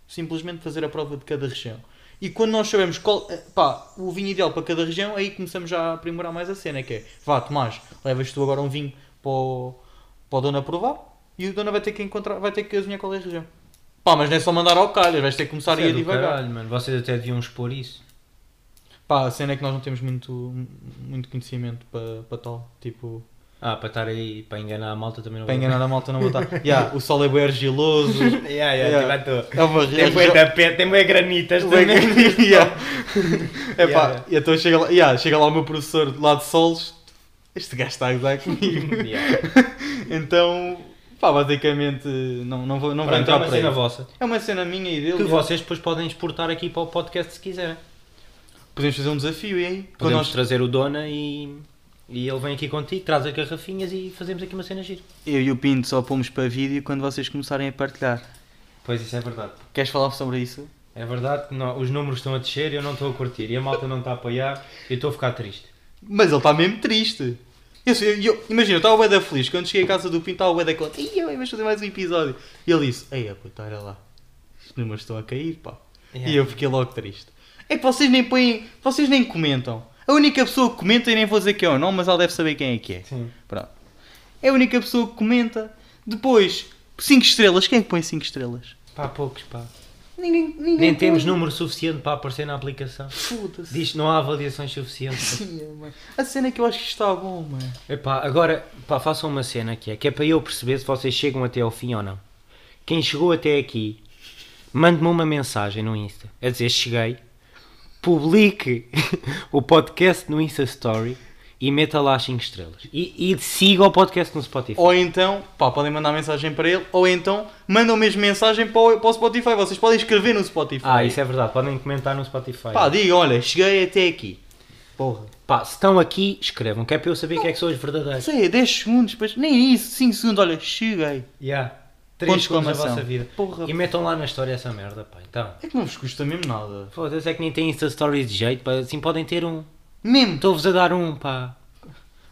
simplesmente fazer a prova de cada região. E quando nós sabemos qual eh, pá, o vinho ideal para cada região, aí começamos já a aprimorar mais a cena, que é vá Tomás, levas tu agora um vinho para o, para o Dona provar e o Dona vai ter que encontrar, vai ter que adivinhar qual é a região. Pá, mas não é só mandar ao calhas, vais ter que começar Isso aí é a do devagar. caralho, mano. Vocês até deviam expor isso. Pá, a cena é que nós não temos muito, muito conhecimento para, para tal, tipo, Ah, para estar aí, para enganar a malta também não Para vou- enganar a malta não botar. Ya, o sol é bem argiloso. Yeah, Yeah. tipo, à toa. É uma Tem bué tapete, tem bué granitas também. É pá, Yeah. então chega lá, ya, chega lá o meu professor lá de solos. Este gajo está a gozar comigo. Yeah. Então, pá, basicamente, não, não vou, não vou Pronto, é entrar uma por aí. cena vossa. É uma cena minha e dele. Que ya. vocês depois podem exportar aqui para o podcast se quiserem. Podemos fazer um desafio e aí? Quando Podemos nós... trazer o Dona e, e ele vem aqui contigo, traz as garrafinhas e fazemos aqui uma cena gira. Eu e o Pinto só pomos para vídeo quando vocês começarem a partilhar. Pois isso é verdade. Queres falar sobre isso? É verdade que não- os números estão a descer e eu não estou a curtir. E a malta não está a apoiar e eu estou a ficar triste. Mas ele está mesmo triste. Eu, sei- eu- imagina, eu estava bué da feliz. Quando cheguei à casa do Pinto, estava bué da conta. Ih, eu vamos fazer mais um episódio. E ele disse, ei, puta, olha lá. Os números estão a cair, pá. Yeah. E eu fiquei logo triste. É que vocês nem põem, vocês nem comentam. A única pessoa que comenta, e nem vou dizer quem é o nome, mas ela deve saber quem é que é. Sim. Pronto. É a única pessoa que comenta. Depois, 5 estrelas. Quem é que põe 5 estrelas? Pá, poucos, pá. Ninguém, ninguém Nem põe. temos número suficiente para aparecer na aplicação. Foda-se. Diz que não há avaliações suficientes. Sim, mano. A cena é que eu acho que está bom, mano. Epá, agora, pá, façam uma cena que é, que é para eu perceber se vocês chegam até ao fim ou não. Quem chegou até aqui, mande-me uma mensagem no Insta a dizer cheguei publique o podcast no Insta Story e meta lá 5 estrelas. E, e siga o podcast no Spotify. Ou então, pá, podem mandar mensagem para ele, ou então mandam mesmo mensagem para o, para o Spotify. Vocês podem escrever no Spotify. Ah, isso é verdade, podem comentar no Spotify. Pá, digam, olha, cheguei até aqui. Porra. Pá, se estão aqui, escrevam, que é para eu saber que é que são os verdadeiros. Sei, 10 segundos, depois, nem é isso, 5 segundos, olha, cheguei. Yeah. Ponto Três de segundos da exclamação. vossa vida. Porra. E metam lá na história essa merda, pá. Então, É que não vos custa mesmo nada. foda-se, é que nem tem Insta Stories de jeito, pá. Assim podem ter um. Mesmo. Estou-vos a dar um, pá.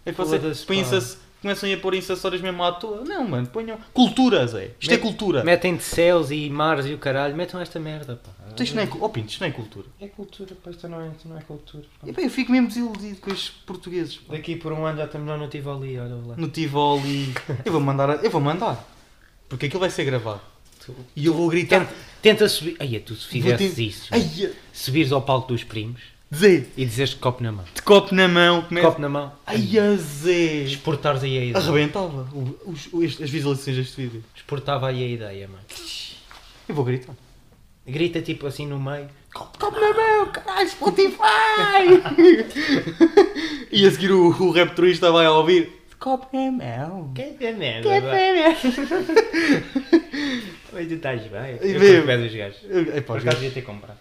É que vocês Foda-se, põem-se- começam a pôr inserções mesmo à toa. Não, mano, ponham. Culturas, é. Isto é Met- cultura. Metem de céus e mares e o caralho, metam esta merda, pá. Isto não é, cu- oh, Pinto, isto não é cultura. É cultura, pá, isto não é, isto não é cultura. pá. E, pá, eu fico mesmo desiludido com estes portugueses. pá. Daqui por um ano já estamos lá no Tivoli, olha lá. No Tivoli. Eu vou mandar. a- Eu vou mandar. Porque aquilo vai ser gravado. Tu- E eu vou gritar. Tenta, tenta subir. Ai, é, tu se Vou fizesses te- isso, Ai, mano, subires ao palco dos primos Zé, e dizes copo na mão. de copo na mão. Começa... Copo na mão, Ai, Zé. exportares aí a ideia. Arrebentava o- os- o- este- as visualizações deste vídeo. Exportava aí a ideia, mano. Eu vou gritar. Grita tipo assim no meio. Copo na mão, caralho, Spotify! e a seguir o, o rap turista vai ouvir. Copo na mão. Que é merda, que Mas tu estás bem. E Eu vê- curto bem dos gajos. Eu- é, pá, Por os acaso gajos- devia ter comprado.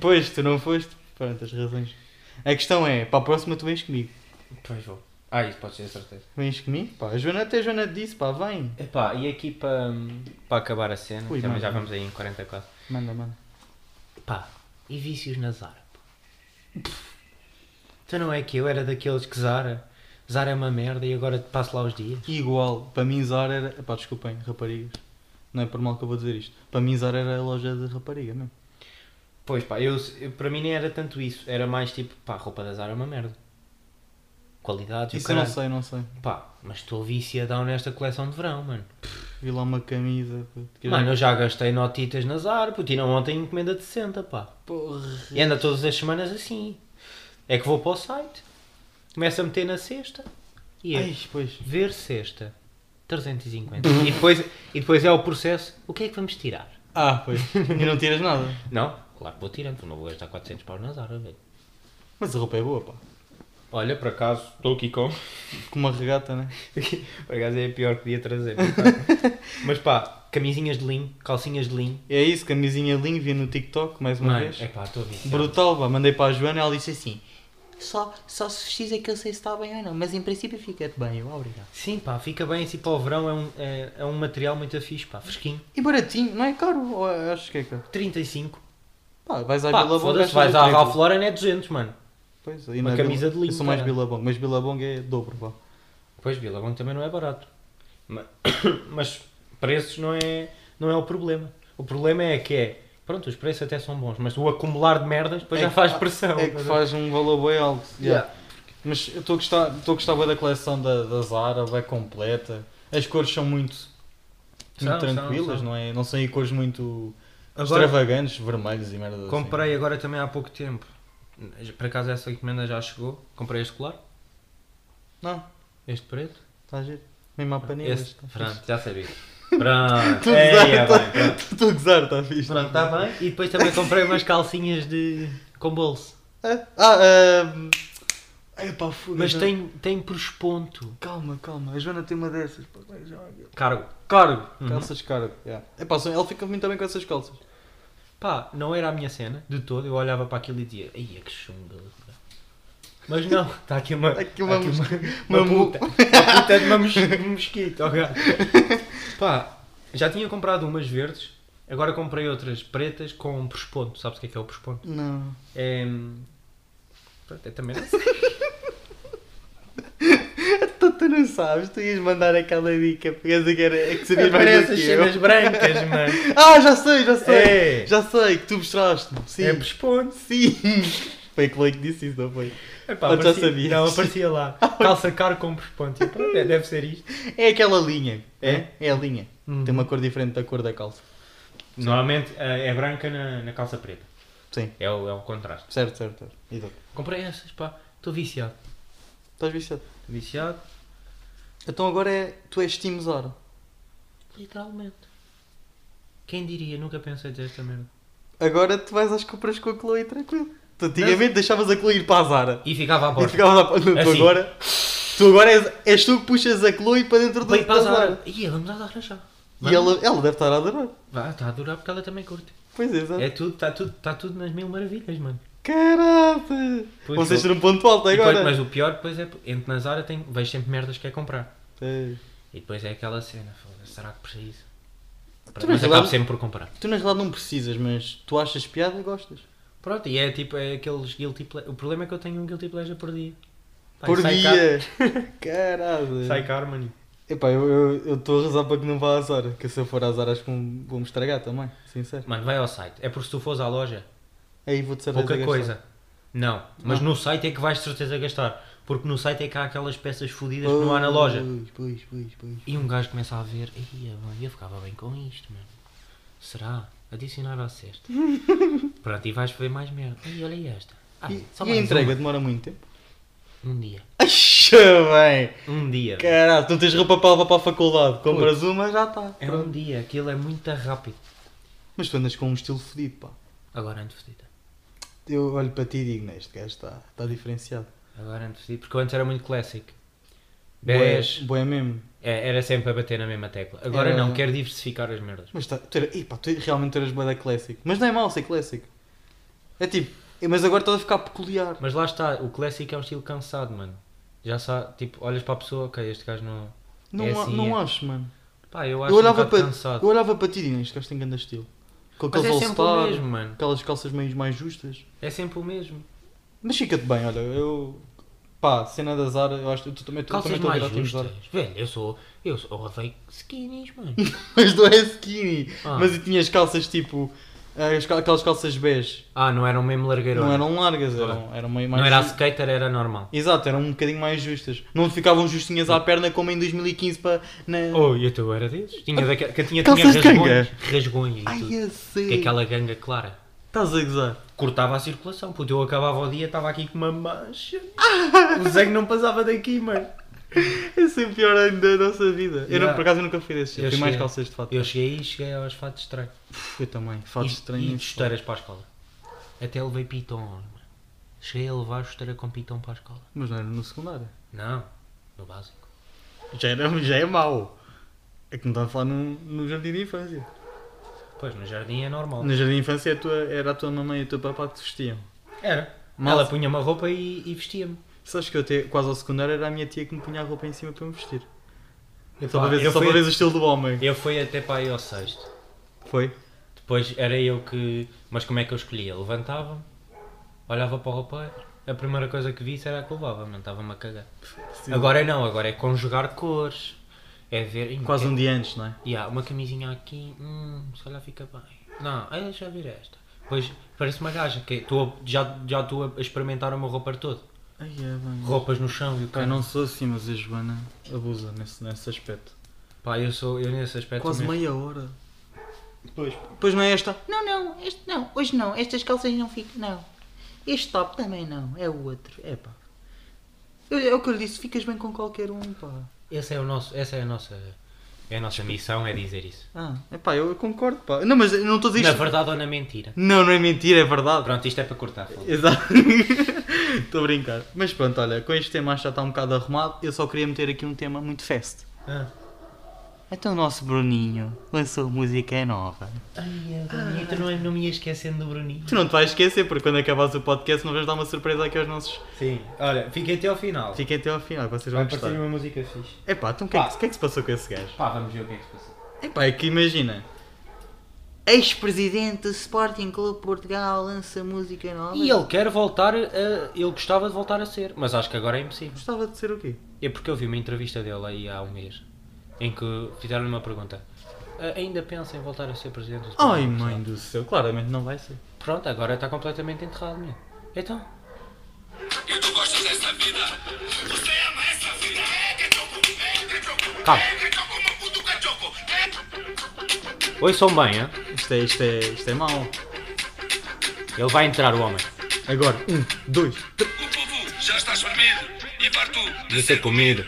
Pois, tu não foste. Pronto, as razões. A questão é, para a próxima tu vens comigo. Pois vou. Ah, isso pode ser certeza. Vens comigo? Pá, a Joana até a Joana disse, pá, vem. Epá, e aqui para para acabar a cena, Ui, mano. também já vamos aí em 44. Manda, manda. Pá, e vícios na Zara? pá? Tu não é que eu era daqueles que Zara, Zara é uma merda e agora passo lá os dias. Igual, para mim Zara era. Pá, desculpem, raparigas. Não é por mal que eu vou dizer isto. Para mim Zara era a loja de rapariga mesmo. Pois pá, eu, eu- para mim nem era tanto isso, era mais tipo, pá, a roupa da Zara é uma merda. Qualidade e o Isso eu não Ah, caralho. sei, não sei. Pá, mas estou viciadão nesta coleção de verão, mano. Vi lá uma camisa. puto, que era- Mano, eu já gastei notitas na Zara, puto, e não ontem encomenda de 60, pá. Porra. E anda todas as semanas assim. É que vou para o site, começo a meter na sexta e é Ai, pois. ver sexta 350. e, depois, e depois é o processo: o que é que vamos tirar? Ah, pois. e não tiras nada. Não, claro que vou tirando, não vou gastar 400 paus na Zara, velho. Mas a roupa é boa, pá. Olha, por acaso, estou aqui com. Com uma regata, né? Por acaso é a pior que podia trazer. Mas pá, camisinhas de linho, calcinhas de linho. É isso, camisinha linda, vi no TikTok mais uma Mano, vez. é pá, estou a ver. Brutal, pá. Mandei para a Joana e ela disse assim. Só, só se vestis é que eu sei se está bem ou não, mas em princípio fica-te bem, eu, obrigado. Sim, pá, fica bem assim para o verão, é um, é, é um material muito fixe, pá, fresquinho. E baratinho, não é caro? Ou é- acho que é caro. 35. Pá, vais à Pá, Bilabong. foda-se, gastas vais o à triplo. Ralph Lauren é 200, mano. Pois, aí Uma na camisa Bila- de linho, Eu sou mais caralho. Bilabong, mas Bilabong é dobro, pá. Pois, Billabong também não é barato. Ma- Mas, preços não é, não é o problema. O problema é que é, pronto, os preços até são bons, mas o acumular de merdas depois É já que- faz pressão. É que faz um valor bem alto. yeah. Mas eu estou a gostar, estou a gostar bem da coleção da, da Zara, bem completa. As cores são muito, muito São, são, tranquilas, são. não é? Não são aí cores muito Agora- extravagantes, vermelhos e merda assim. Comprei agora também há pouco tempo. Por acaso essa encomenda já chegou. Comprei este colar, Não, este preto. está a giro. Mesmo à panela. Este, está tá fixe. pronto, já sabia. Pronto, Estou a é, é, gozar, bem, pronto. tá- tá- estou a gozar, está fixe. Pronto, está bem. E depois também comprei umas calcinhas de... com bolso. Ah, ah, ah, epá, foda-se. Mas tem, tem por esponto. Calma, calma, a Joana tem uma dessas. pá, vai, já. Cargo. Cargo, Uhum. calças cargo. Yeah. Epá, são- ela fica muito bem com essas calças. Pá, não era a minha cena de todo. Eu olhava para aquilo e dizia, ai, é que chunga. pá." Mas não, está aqui uma. Aqui uma tá mosca- uma, uma mu- puta. Uma puta de uma mos- um mosquito, ó gato. Pá, já tinha comprado umas verdes, agora comprei outras pretas com um prosponto. Sabes o que é que é o prosponto? Não. É. Pronto, é também. não sei. É, Tu, tu não sabes, tu ias mandar aquela dica, porque que era é que sabias mais do Parece que as eu. cenas brancas, mano. Ah, já sei, já sei. É. Já sei, que tu mostraste-me. Sim, É prosponto. sim. Foi que que disse isso, não foi? Epá, Mas já aparecia- sabias. Não, aparecia lá. Calça caro com prosponto. E pronto, é, deve ser isto. É aquela linha. É? É a linha. Uhum. Tem uma cor diferente da cor da calça. Normalmente eh, é branca na, na calça preta. Sim. É o, é o contraste. Certo, certo, certo. Exato. Comprei essas, pá. Estou viciado. Estás viciado. Estou viciado. Então agora é. Tu és Team Zara. Literalmente. Quem diria? Nunca pensei desta merda. Agora tu vais às compras com a Chloe tranquilo. Tu antigamente deixavas a Chloe ir para a Zara. E ficava à E porta. ficavas lá para... Não, tu Assim. agora... Tu agora és, és tu que puxas a Chloe para dentro do Bem, para da a Zara. Zara. Ih, vamos à Zara já. E ela, ela deve estar a adorar. Vá, está a durar porque ela também curte. Pois é, exato. É tudo, está tudo, está tudo nas mil maravilhas, mano. Caraca! Pois Vocês é. tiram um ponto alto E depois, agora. mas o pior depois é, entro na Zara, tenho, vejo sempre merdas que quer comprar. É. E depois é aquela cena, foda-se, será que preciso? Tu Mas não acabo sabes- sempre por comprar. Tu na realidade não precisas, mas tu achas piada e gostas. Pronto, e é tipo, é aqueles guilty pleasure. O problema é que eu tenho um guilty pleasure por dia. Pá, Por sai dia! Caro, Caralho! sai caro, mano. Epá, eu- eu eu estou a rezar para que não vá à Zara, que se eu for à Zara acho que me- vou-me estragar também, sincero. Mano, vai ao site. É porque se tu fores à loja, Aí vou-te saber pouca coisa. Não, mas no site é que vais de certeza gastar. Porque no site é que há aquelas peças fodidas que Ah. não há na loja. Pois, pois, pois, pois. E um gajo começa a ver, ia mano, eu ficava bem com isto, mano. Será? Adicionar ao cesto. Pronto, e vais ver mais merda. E olha esta. Ah, E, só e a mais entrega demora muito tempo? uma. Um dia. Acha bem! Um dia. velho. Caralho, tu não tens roupa para levar para a faculdade, compras uma já está. É um dia, aquilo é muito rápido. Mas tu andas com um estilo fodido, pá. Agora ando fodida. Eu olho para ti e digo, "Não, este gajo está está diferenciado. Agora ando fodida. Porque eu antes era muito classic. Boé, Bés. boé mesmo. É, era sempre a bater na mesma tecla. Agora Era- não, quero diversificar as merdas. Mas tá, tu, era, epá, tu realmente eras boa da Classic. Mas não é mau ser Classic. É tipo, eh, mas agora estás a ficar peculiar. Mas lá está, o classic é um estilo cansado, mano. Já sabe, tipo, olhas para a pessoa, ok, este gajo não. Não, é a- assim, não é. acho, mano. Pá, eu acho Eu olhava, um para, bocado cansado. eu olhava para ti e digo, este gajo tem grande estilo. Com Mas aqueles é sempre o all-star, mesmo, mano. aquelas calças meio mais justas. É sempre o mesmo. Mas fica-te bem, olha, eu... Pá, cena da Zara, eu acho que tu também tu também Calças estou a mais virar time justas. Zara. Velho, eu sou. Eu sou. Eu odeio skinnies, mano. Mas não é skinny. Ah. Mas e tinhas calças tipo... as cal- Aquelas calças bege. Ah, não eram mesmo largueirões. Não eram largas, eram, eram meio mais... Não era a justas. skater, era normal. Exato, eram um bocadinho mais justas. Não te ficavam justinhas à perna como em 2015 para. Na... Oh, e tu era desses? Tinha daquela. Que tinha, tinha Ah, Calças de rasgões. Rasgões e Ai, tudo. eu Que é sei. aquela ganga clara. Estás a gozar. Cortava a circulação, puto. Eu acabava o dia, estava aqui com uma mancha. O Zé que não passava daqui, mano. Esse é o pior ano da nossa vida. Eu Yeah. não, por acaso eu nunca fui desses. Eu Eu fui mais cheguei. calças de fato. Eu cheguei e cheguei aos fatos estranhos. Eu também. Fatos E- E estranhos. chuteiras para a escola. Até levei piton, mano. Cheguei a levar chuteira com piton para a escola. Mas não era no secundário. Não, no básico. Já, era, já é mau. É que não estava a falar no, no jardim de infância. Pois, no jardim é normal. No jardim de infância a tua- era a tua mamãe e o teu papá que te vestiam. Era. Mas- Ela punha uma roupa e, e vestia-me. Sabes que eu até quase ao secundário era a minha tia que me punha a roupa em cima para me vestir. Eu, Só para ver, só para ver o estilo do homem. eu fui até para aí ao sexto. Foi? Depois era eu que. Mas como é que eu escolhia? Levantava-me, olhava para o roupeiro. A primeira coisa que visse era a que levava, não estava-me a cagar. Agora não, agora é conjugar cores. É ver. Quase é, um dia antes, não é? E há uma camisinha aqui, hum, se calhar fica bem. Não, ah, deixa eu ver esta. Pois, parece uma gaja, que estou a- já, já estou a experimentar o meu roupeiro todo. Ai, é bem. Roupas no chão e o Eu cara. não sou assim, mas a Joana abusa nesse, nesse aspecto. Pá, eu sou, eu nesse aspecto mesmo. meia hora. Pois. Pois não é esta? Não, não, este não, hoje não, estas calças não ficam, não. Este top também não, é o outro, é pá. Eu- É o que eu lhe disse, ficas bem com qualquer um, pá. Esse é o nosso, essa é a nossa, é a nossa missão, é dizer isso. Ah, é pá, eu concordo, pá. Não, mas eu não estou a dizer Na isto. verdade ou na mentira. Não, não é mentira, é verdade. Pronto, isto é para cortar. foda-se. Exato. Estou a brincar. Mas pronto, olha, com este tema acho que já está um bocado arrumado. Eu só queria meter aqui um tema muito fast. Ah. Então o nosso Bruninho lançou música nova. Ai, eu não, não me ia esquecendo do Bruninho. Tu não te vais esquecer, porque quando acabares o podcast não vais dar uma surpresa aqui aos nossos... Sim, olha, fiquei até ao final. Fiquem até ao final, vocês vão Vai gostar. partir um- Ah. uma música fixe. Epá, então o que, é que, o que é que se passou com esse gajo? Pá, vamos ver o que é que se passa. Epá, é que imagina. Ex-presidente do Sporting Clube de Portugal lança música nova. E ele quer voltar a. Ele gostava de voltar a ser, mas acho que agora é impossível. Gostava de ser o quê? É porque eu vi uma entrevista dele aí há um mês em que fizeram-lhe uma pergunta. "Ah, Ainda pensa em voltar a ser presidente do Sporting Ai de Portugal?" mãe do céu, claramente não vai ser. Pronto, agora está completamente enterrado, meu. Então, E tu gostas dessa vida? Você ama essa vida? É cachoco, é cachoco, Calma. é cachoco, uma puta cachoco. É... oi, são bem, hein? Isto é, isto é, isto é mau. Ele vai entrar, o homem. Agora, um, dois, três. O povo já está espremido e parto de ser comido. O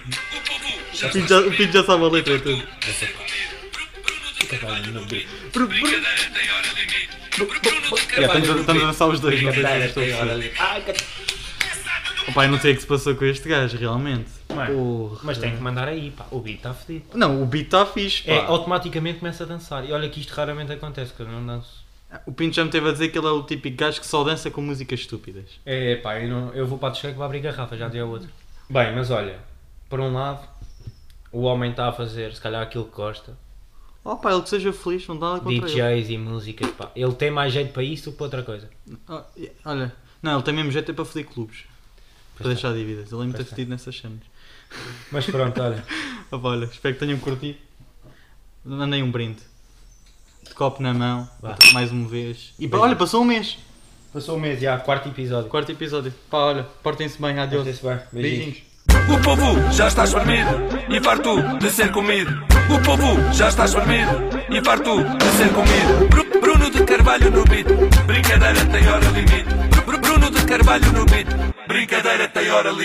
povo já O Pinto já, o espremido Pinto já sabe a letra. e Tudo. parto de ser comido. Bruno de Caralho, não vi. Brincadeira tem hora limite. Bruno de Yeah, Carvalho. É, estamos, a, estamos a dançar os dois, não sei se é estou a perceber. Opa, eu não sei o que se passou com este gajo, realmente. Porra. Mas tem que mandar aí, pá. O beat está fedido. Não, o beat está fixe, pá. É, automaticamente começa a dançar. E olha que isto raramente acontece, que eu não danço. O Pinto já me teve a dizer que ele é o típico gajo que só dança com músicas estúpidas. É, pá, eu, não, eu vou para a discoteca para abrir garrafa, já dizia o outro. Bem, mas olha, por um lado, o homem está a fazer, se calhar, aquilo que gosta. Oh pá, ele que seja feliz, não dá nada contra ele. DJs e músicas, pá. Ele tem mais jeito para isso do que para outra coisa. Oh, e- olha, não, ele tem mesmo jeito é para foder clubes. para deixar dívidas. Ele é muito Pois fedido nessas cenas. Mas pronto, olha. Oh, pá, olha, espero que tenham curtido. Mandei um brinde. De copo na mão, Vá. mais uma vez. E pá, olha, passou um mês. Passou o mês, já, quarto episódio. Quarto episódio. Pá, olha, portem-se bem, adeus. Portem-se bem. Beijinhos. O povo já está espremido e farto de ser comido. O povo já está espremido e farto de ser comido. Bru- Bruno de Carvalho no beat. Brincadeira tem hora limite. Bru- Bruno de Carvalho no beat. Brincadeira tem hora limite.